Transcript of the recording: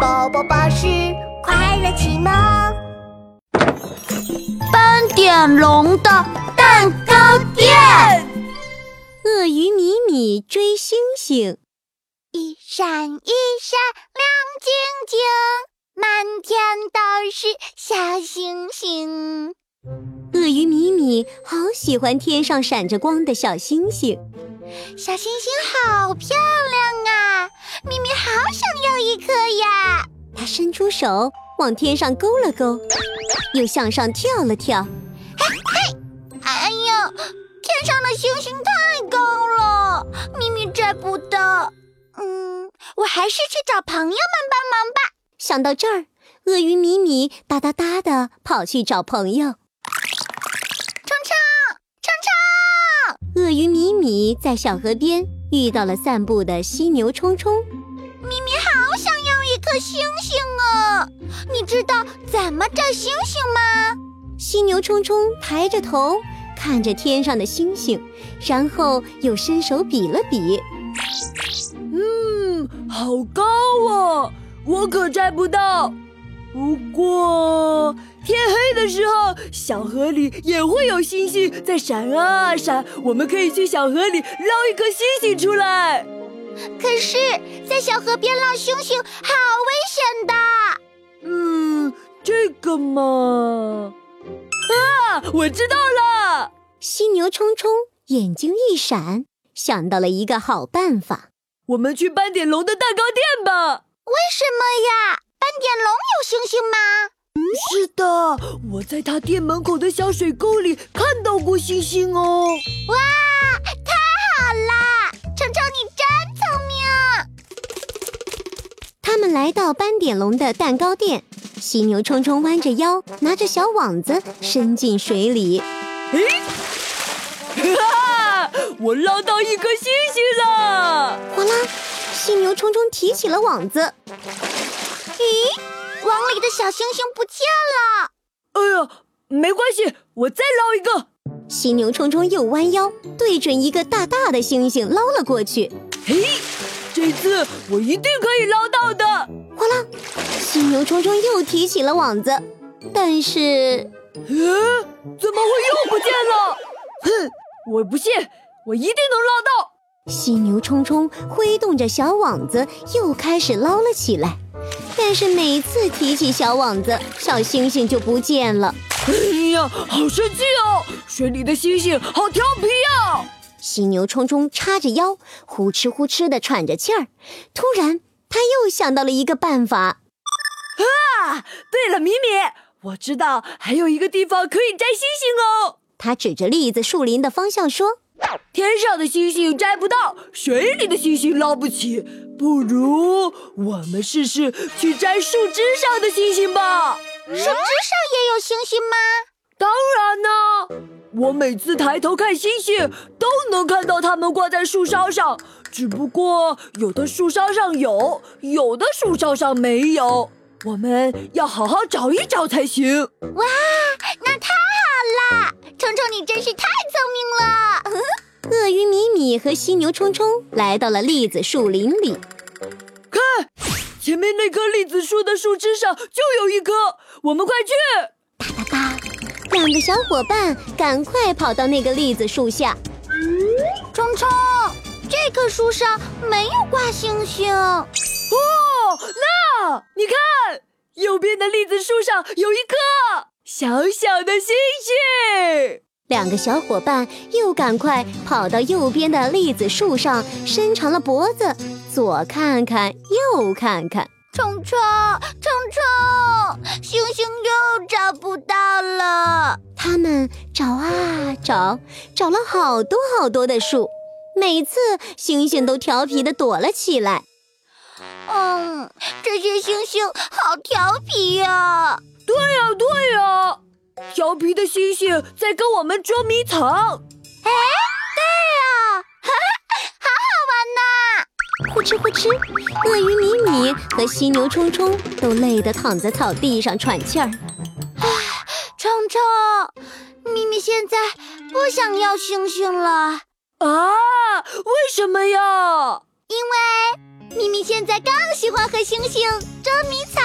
宝宝巴士快乐启蒙，斑点龙的蛋糕店。鳄鱼米米追星星，一闪一闪亮晶晶，满天都是小星星。鳄鱼米米好喜欢天上闪着光的小星星。小星星好漂亮啊！咪咪好想要一颗呀！它伸出手往天上勾了勾，又向上跳了跳。哎呦，天上的星星太高了，咪咪摘不到。嗯，我还是去找朋友们帮忙吧。想到这儿，鳄鱼米米哒哒哒的跑去找朋友。冲冲，冲冲，鳄鱼米米在小河边遇到了散步的犀牛冲冲。咪咪好想要一颗星星啊！你知道怎么摘星星吗？犀牛冲冲抬着头看着天上的星星，然后又伸手比了比。嗯，好高啊！我可摘不到。不过天黑的时候，小河里也会有星星在闪啊闪，我们可以去小河里捞一颗星星出来。可是，在小河边捞星星好危险的。嗯，这个嘛，啊，我知道了。犀牛冲冲眼睛一闪，想到了一个好办法。我们去斑点龙的蛋糕店吧。为什么呀？斑点龙有星星吗？是的，啊我在他店门口的小水沟里看到过星星哦。好啦，程程你真聪明。他们来到斑点龙的蛋糕店，犀牛冲冲弯着腰，拿着小网子伸进水里。哈哈，我捞到一颗星星了！哗啦，犀牛冲冲提起了网子。咦，网里的小星星不见了。哎呀，没关系，我再捞一个。犀牛冲冲又弯腰，对准一个大大的星星捞了过去。嘿，这次我一定可以捞到的。哗啦，犀牛冲冲又提起了网子，但是嗯，怎么会又不见了？哼，我不信，我一定能捞到。犀牛冲冲挥动着小网子，又开始捞了起来。但是每次提起小网子，小星星就不见了。哎呀，好生气哦！水里的星星好调皮啊呀、犀牛冲冲叉着腰，呼哧呼哧地喘着气儿。突然，他又想到了一个办法。啊，对了，米米，我知道还有一个地方可以摘星星哦。他指着栗子树林的方向说天上的星星摘不到，水里的星星捞不起，不如我们试试去摘树枝上的星星吧。树枝上也有星星吗？当然呢，我每次抬头看星星，都能看到它们挂在树梢上，只不过有的树梢上有，有的树梢上没有。我们要好好找一找才行。那太好啦！程程你真是太聪明了。：“鳄鱼米米和犀牛冲冲来到了栗子树林里。”看，前面那棵栗子树的树枝上就有一颗，我们快去！两个小伙伴赶快跑到那个栗子树下。冲冲，这棵树上没有挂星星。哦，那你看，右边的栗子树上有一颗小小的星星。两个小伙伴又赶快跑到右边的栗子树上，伸长了脖子，左看看，右看看。冲冲，冲冲，星星又找不到了。他们找啊找，找了好多好多的树，每次星星都调皮地躲了起来。嗯，这些星星好调皮呀、对呀、对呀、调皮的星星在跟我们捉迷藏。呼哧呼哧，鳄鱼米米和犀牛冲冲都累得躺在草地上喘气儿。冲冲，咪咪现在不想要星星了，啊，为什么呀？因为咪咪现在更喜欢和星星捉迷藏。